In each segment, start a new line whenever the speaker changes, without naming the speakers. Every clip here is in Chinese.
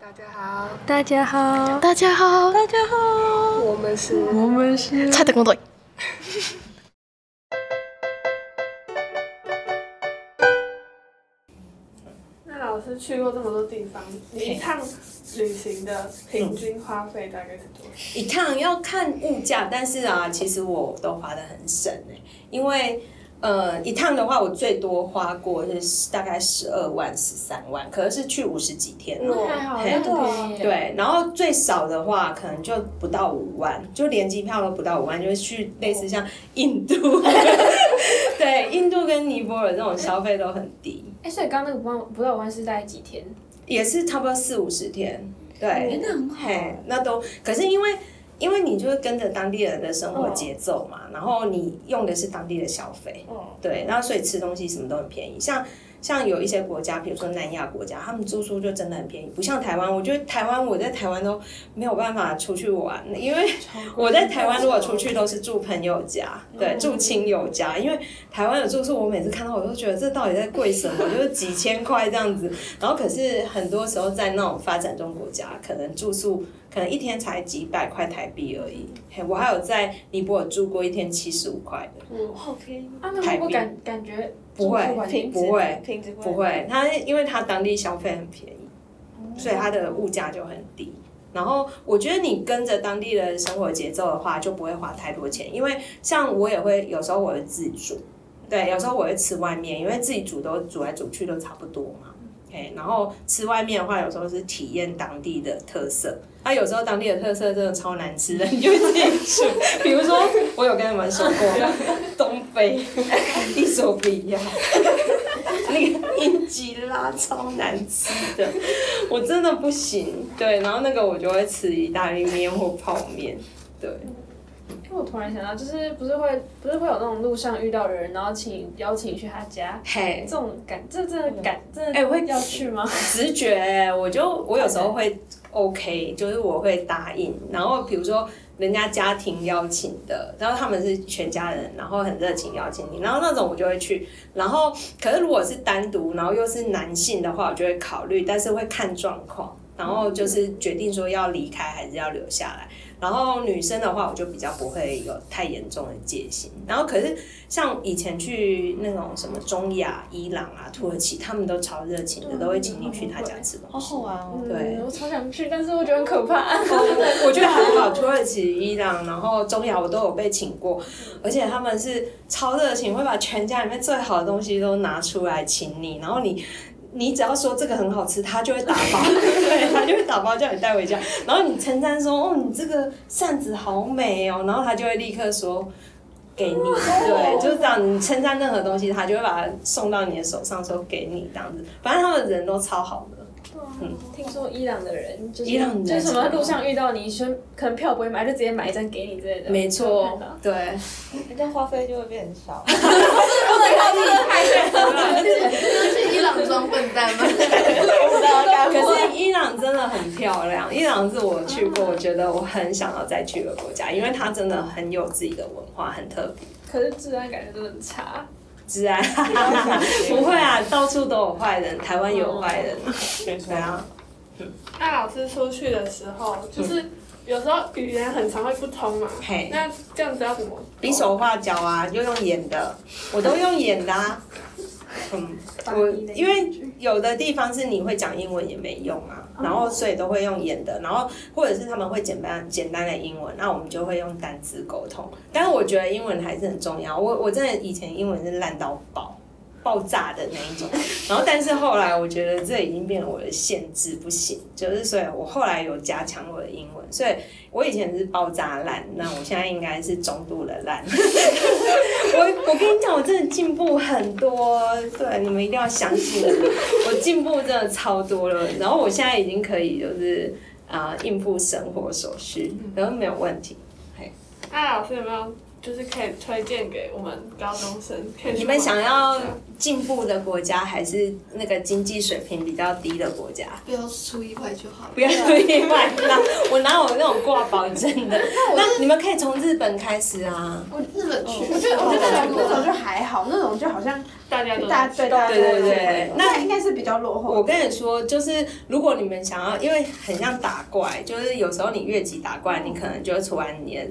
大家好，
大家好，
大家好，
大家好，
我们是
我们是
菜的工队。
那老师去过这么多地方，你一趟旅行的平均花费大概是多少？
一趟要看物价，但是啊，其实我都花的很省哎、因为呃一趟的话，我最多花过是大概十二万、十三万，可是是去五十几天哦、
还好，
嘿
那很
嗯
便宜。
对，然后最少的话可能就不到五万，就连机票都不到五万，就是去类似像印度，对，印度跟尼泊尔这种消费都很低，
哎、所以刚刚那个不到不到五万是大概几天？
也是差不多四五十天，对，
那很
嘿，那都可是因为因为你就会跟着当地人的生活节奏嘛，然后你用的是当地的消费，
哦，
对，然后所以吃东西什么都很便宜，像。像有一些国家，比如说南亚国家，他们住宿就真的很便宜，不像台湾。我觉得台湾，我在台湾都没有办法出去玩，因为我在台湾如果出去都是住朋友家，对，住亲友家，因为台湾的住宿，我每次看到我都觉得这到底在贵什么，就是几千块这样子。然后可是很多时候在那种发展中国家，可能住宿可能一天才几百块台币而已。嘿，我还有在尼泊尔住过一天七十五块的，
哦
好便宜，
啊，那会不会感感觉
不会
住宿环境
不会
品质
不会，它因为它当地消费很便宜，所以它的物价就很低。然后我觉得你跟着当地的生活节奏的话，就不会花太多钱，因为像我也会有时候我会自煮，对，有时候我会吃外面，因为自己煮都煮来煮去都差不多嘛。哎，然后吃外面的话，有时候是体验当地的特色。那、有时候当地的特色真的超难吃的， 你就自己煮。比如说，我有跟你们说过，东非、 伊索比亚，那个英吉拉超难吃的，我真的不行。对，然后那个我就会吃意大利面或泡面。对，
因为我突然想到，就是不是会不是会有那种路上遇到的人，然后请邀请你去他家，
嘿
这，种感，这真的感，真的
哎会
要去吗？
直觉、我就我有时候会 OK，就是我会答应。然后比如说人家家庭邀请的，然后他们是全家人，然后很热情邀请你，然后那种我就会去。然后可是如果是单独，然后又是男性的话，我就会考虑，但是会看状况，然后就是决定说要离开还是要留下来。然后女生的话，我就比较不会有太严重的戒心。然后可是像以前去那种什么中亚、伊朗啊、土耳其，他们都超热情的，都会请你去他家吃
好
东西。
好玩哦。
对
嗯我超想去，但是我觉得很可怕。
我觉得还好，土耳其、伊朗，然后中亚我都有被请过，而且他们是超热情，会把全家里面最好的东西都拿出来请你，然后你。你只要说这个很好吃，他就会打包， 对他就会打包叫你带回家。然后你称赞说：“哦，你这个扇子好美哦。”然后他就会立刻说：“给你。”对，就是这样。你称赞任何东西，他就会把它送到你的手上，说：“给你。”这样子，反正他们人都超好的。
听说伊朗的人就是
伊朗人
就是什么路上遇到你，说可能票不会买，就直接买一张给你之类的。
没
我有
错
看到，
对。
人家花费就会变少。
是伊朗装笨蛋吗？
可是伊朗真的很漂亮，伊朗是我去过，我觉得我很想要再去的国家，因为它真的很有自己的文化，很特别。
可是治安感觉真的很差。
治 安 不会啊，到处都有坏人，台湾有坏人啊，对啊，
那老师出去的时候，就是有时候语言很常会不通嘛，
嘿，
那这样子要怎么？
比手画脚啊，又用演的，我都用演的啊。嗯，我因为有的地方是你会讲英文也没用啊，然后所以都会用演的，然后或者是他们会简单简单的英文，那我们就会用单字沟通。但是我觉得英文还是很重要，我我真的以前英文是烂到爆。爆炸的那一种，然后但是后来我觉得这已经变成我的限制，不行，就是所以我后来有加强我的英文，所以我以前是爆炸烂，那我现在应该是中度的烂。 我我跟你讲，我真的进步很多，对，你们一定要相信我，我进步真的超多了。然后我现在已经可以就是啊、呃应付生活所需，然后没有问题。
那老师有没有就是可以推荐给我们高中生？可以去
你们想
玩
要
的国家
进步的国家，还是那个经济水平比较低的国家？
不要出意外就好了。
不要意外啦，我哪有那种挂保证的？那你们可以从日本开始啊。
我日本去，
我觉得我觉得
韩
那
国
哦
种
啊
就还好，那种就好像大家都
大对大家
对对对，那
那应该是比较落后
我跟你说，就是如果你们想要，因为很像打怪，就是有时候你越级打怪，你可能就会突然你的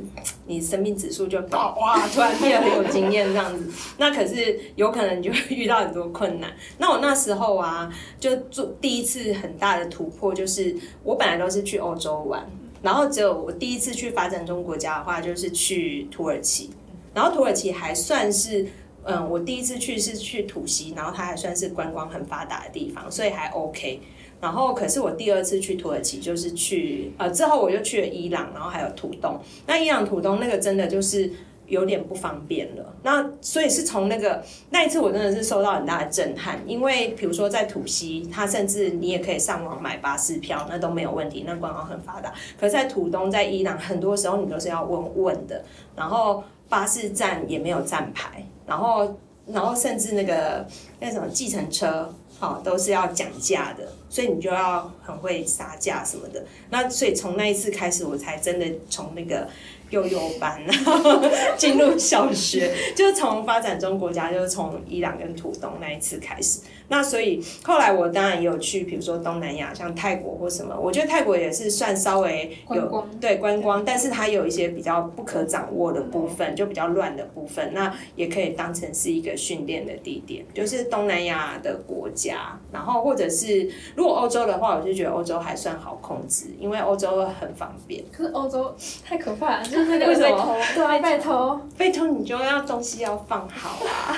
你生命指数就爆哇，突然变得很有经验这样子。那可是有可能你就会遇到很多困难。那我那时候啊，就做第一次很大的突破，就是我本来都是去欧洲玩，然后只有我第一次去发展中国家的话，就是去土耳其，然后土耳其还算是。嗯，我第一次去是去土西，然后它还算是观光很发达的地方，所以还 OK。然后，可是我第二次去土耳其就是去，呃，之后我就去了伊朗，然后还有土东。那伊朗土东那个真的就是有点不方便了。那所以是从那个那一次我真的是受到很大的震撼，因为比如说在土西，它甚至你也可以上网买巴士票，那都没有问题，那观光很发达。可是在土东，在伊朗，很多时候你都是要问问的，然后巴士站也没有站牌。然后然后甚至那个那什么计程车，哦，都是要讲价的，所以你就要很会杀价什么的。那所以从那一次开始，我才真的从那个幼幼班， 然后进入小学， 就是从发展中国家，就是从伊朗跟土东那一次开始。那所以后来我当然也有去，比如说东南亚，像泰国或什么，我觉得泰国也是算稍微有
观光
对观光，但是它有一些比较不可掌握的部分，就比较乱的部分，那也可以当成是一个训练的地点，就是东南亚的国家，然后或者是如果欧洲的话，我就觉得欧洲还算好控制，因为欧洲很方便，
可是欧洲太可怕了，就是那个
为什
被
么
偷，对啊，被偷，
被偷你就要东西要放好啊，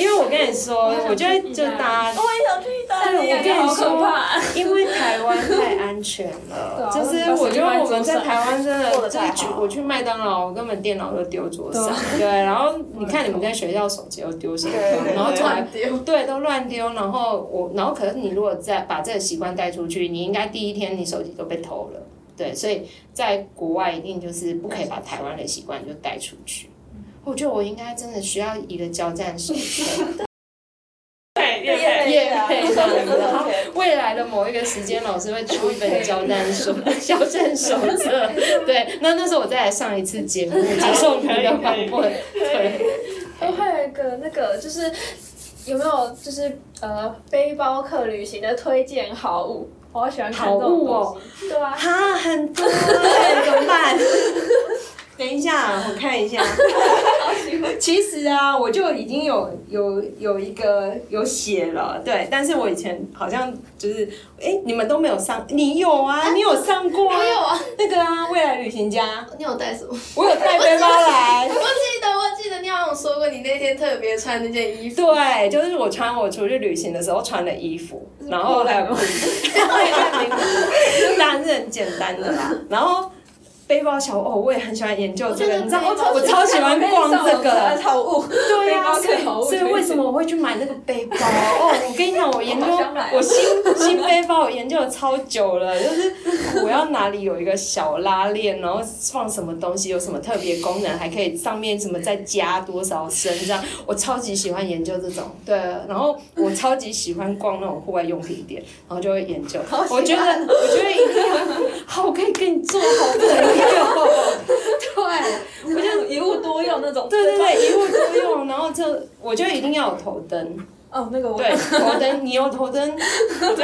因为我跟你说，我觉得就 大家，
也想去意大
但我跟你
好可
说。
怕。
因为台湾太安全了，
对
就
啊
是我觉得我们在台湾真的，
做得
就
太
是
好
去我去麦当劳，我根本电脑都丢桌上，对，然后你看你们在学校手机都丢什么，
对
然后
对
突然对都乱丢，然后我，然后可是你如果再把这个习惯带出去，你应该第一天你手机都被偷了，对，所以在国外一定就是不可以把台湾的习惯就带出去。我觉得我应该真的需要一个交战手册，对，
也配
也配这样子，然后
对
未来的某一个时间，老师会出一本交战手交战手册。对，那那时候我再来上一次节目，接受你的访问。对，
我还有一个那个就是有没有就是呃背包客旅行的推荐好物？我好喜欢看这种
好物哦
东西。对啊，
哈，很多哎，怎 么办？等一下，我看一下。其实啊，我就已经有有有一个有写了，对，但是我以前好像就是，哎、你们都没有上，你有啊，你有上过
我有
啊，
啊，
那个啊，未来旅行家，
你有带什么？
我有带背包来
我，记得，我记得你好像说过，你那天特别穿那件衣服。
对，啊就是我穿我出去旅行的时候穿的衣服，然后还有裤子，就 当然是很简单的啦。然后背包小哦，我也很喜欢研究这个，你知道我我超喜欢逛这个，
好物，
对呀、所以
背包客
所以为什么我会去买那个 背包？哦，我跟你讲，我研究
我好想买哦
我新新背包，我研究了超久了，就是我要哪里有一个小拉链，然后放什么东西，有什么特别功能，还可以上面什么再加多少升这样，我超级喜欢研究这种。对，然后我超级喜欢逛那种户外用品店，然后就会研究。我觉得我觉得一定要好，我可以跟你做好朋友。对。
我就一物多用那种。
哦对对对，一物多用，然后就我就一定要有头灯，
哦，那个我
对，头灯，你有头灯，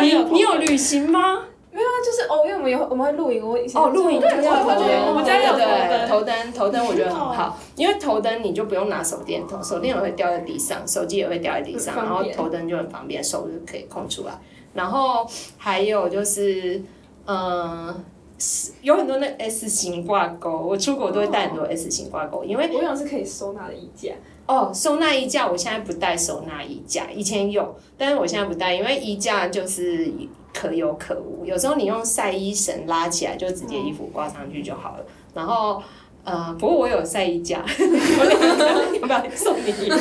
你你有旅行吗？
没有啊，就是哦，因为我们有我们会露营，哦我以前
哦，露营就要头
对
灯，哦
我家
对
有头
对
灯
对头灯，头灯我觉得很好，因为头灯你就不用拿手电筒，手电筒会掉在地上，手机也会掉在地上，
很
然
方
后
便
头灯就很方便，手就可以空出来，然后还有就是，嗯。是有很多那 S 型挂钩，我出国都会带很多 S 型挂钩，因为
哎我想是可以收纳的衣架。
哦，收纳衣架，我现在不带收纳衣架，以前有，但是我现在不带，因为衣架就是可有可无，有时候你用晒衣绳拉起来，就直接衣服挂上去就好了。然后，呃，不过我有晒衣架， 我两个要不要送你 一个？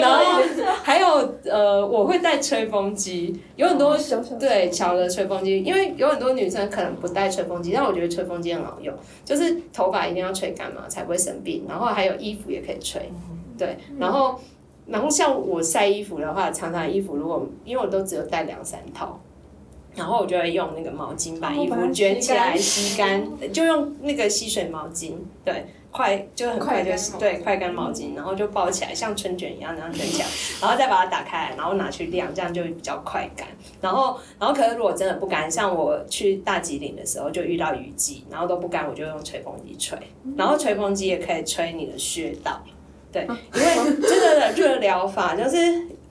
然后还有呃，我会带吹风机，有很多
小小
对，小的吹风机，因为有很多女生可能不带吹风机，但我觉得吹风机很好用，就是头发一定要吹干嘛，才不会生病。然后还有衣服也可以吹，
嗯
对，然后。然后像我晒衣服的话，常常衣服如果因为我都只有带两三套，然后我就会用那个毛巾把
哦
衣服
把它
卷
吸
起
干
来吸干，就用那个吸水毛巾，对，快就很快就是
快干毛巾
对快干毛巾，然后就包起来，像春卷一样那样卷起来，然后再把它打开来，然后拿去晾，这样就比较快干。然后然后可是如果真的不干，像我去大吉岭的时候就遇到雨季，然后都不干，我就用吹风机吹，然后吹风机也可以吹你的穴道，对，因为这个的热疗法就是。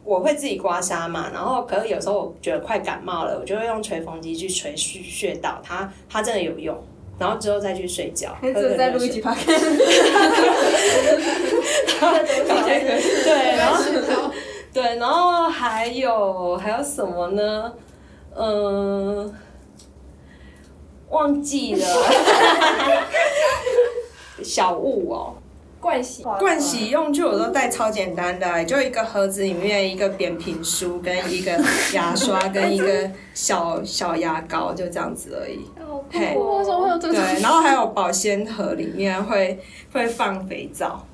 我会自己刮痧嘛，然后可是有时候我觉得快感冒了，我就会用吹风机去吹穴穴道，它它真的有用，然后之后再去睡觉。喝个热水
吧。
对，然后对，然后还有还有什么呢？嗯、忘记 了。小物哦，
盥洗，
盥洗用具我都带超简单的、啊就一个盒子里面一个扁平梳，跟一个牙刷，跟一 个小小牙膏，就这样子而已。
好酷
嘿
哦！为什么会有这
对，然后还有保鲜盒里面会会放肥皂。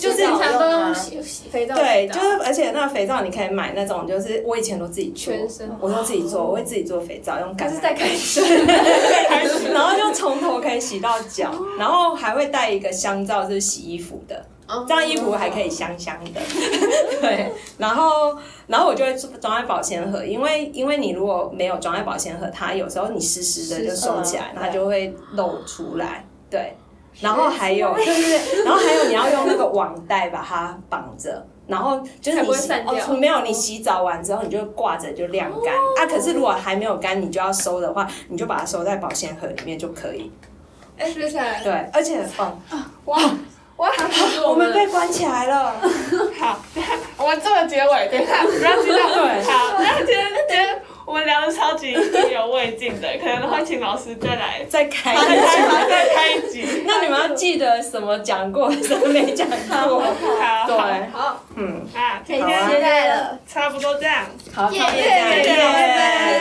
就是
平
常都用
洗洗肥皂
对，就是而且那个肥皂你可以买那种，就是我以前都自己做，
全身
我都自己做，我会自己做肥皂，用橄
还
榄
是在开始？
对然后就从头可以洗到脚，然后还会带一个香皂，就是洗衣服的，
哦
这样衣服还可以香香的。 对，然后然后我就会装在保鲜盒，因为因为你如果没有装在保鲜盒，它有时候你湿湿的就收起来，
嗯
它就会漏出来。对，然后还有就是，然后还有你要用那个网袋把它绑着。然后就是
才
你
不会
洗
散掉
哦，没有你洗澡完之后你就挂着就晾干、啊。可是如果还没有干，你就要收的话，你就把它收在保鲜盒里面就可以。
哎，学起来，
对，而且哦，
哇，哦
我们被关起来了。
好，我们这个结尾，等一下不要激动。
对
好，那今天今天我们聊的超级意犹未尽的，可能会请老师再来
再开一
再
下。
开再开一集。
那你们要记得什么讲过，什么没讲过。
好，
对，
好，
嗯，
啊，今
可以
天
期待了，
差不多这样。
好，
耶
差不多这样
耶
耶
拜
拜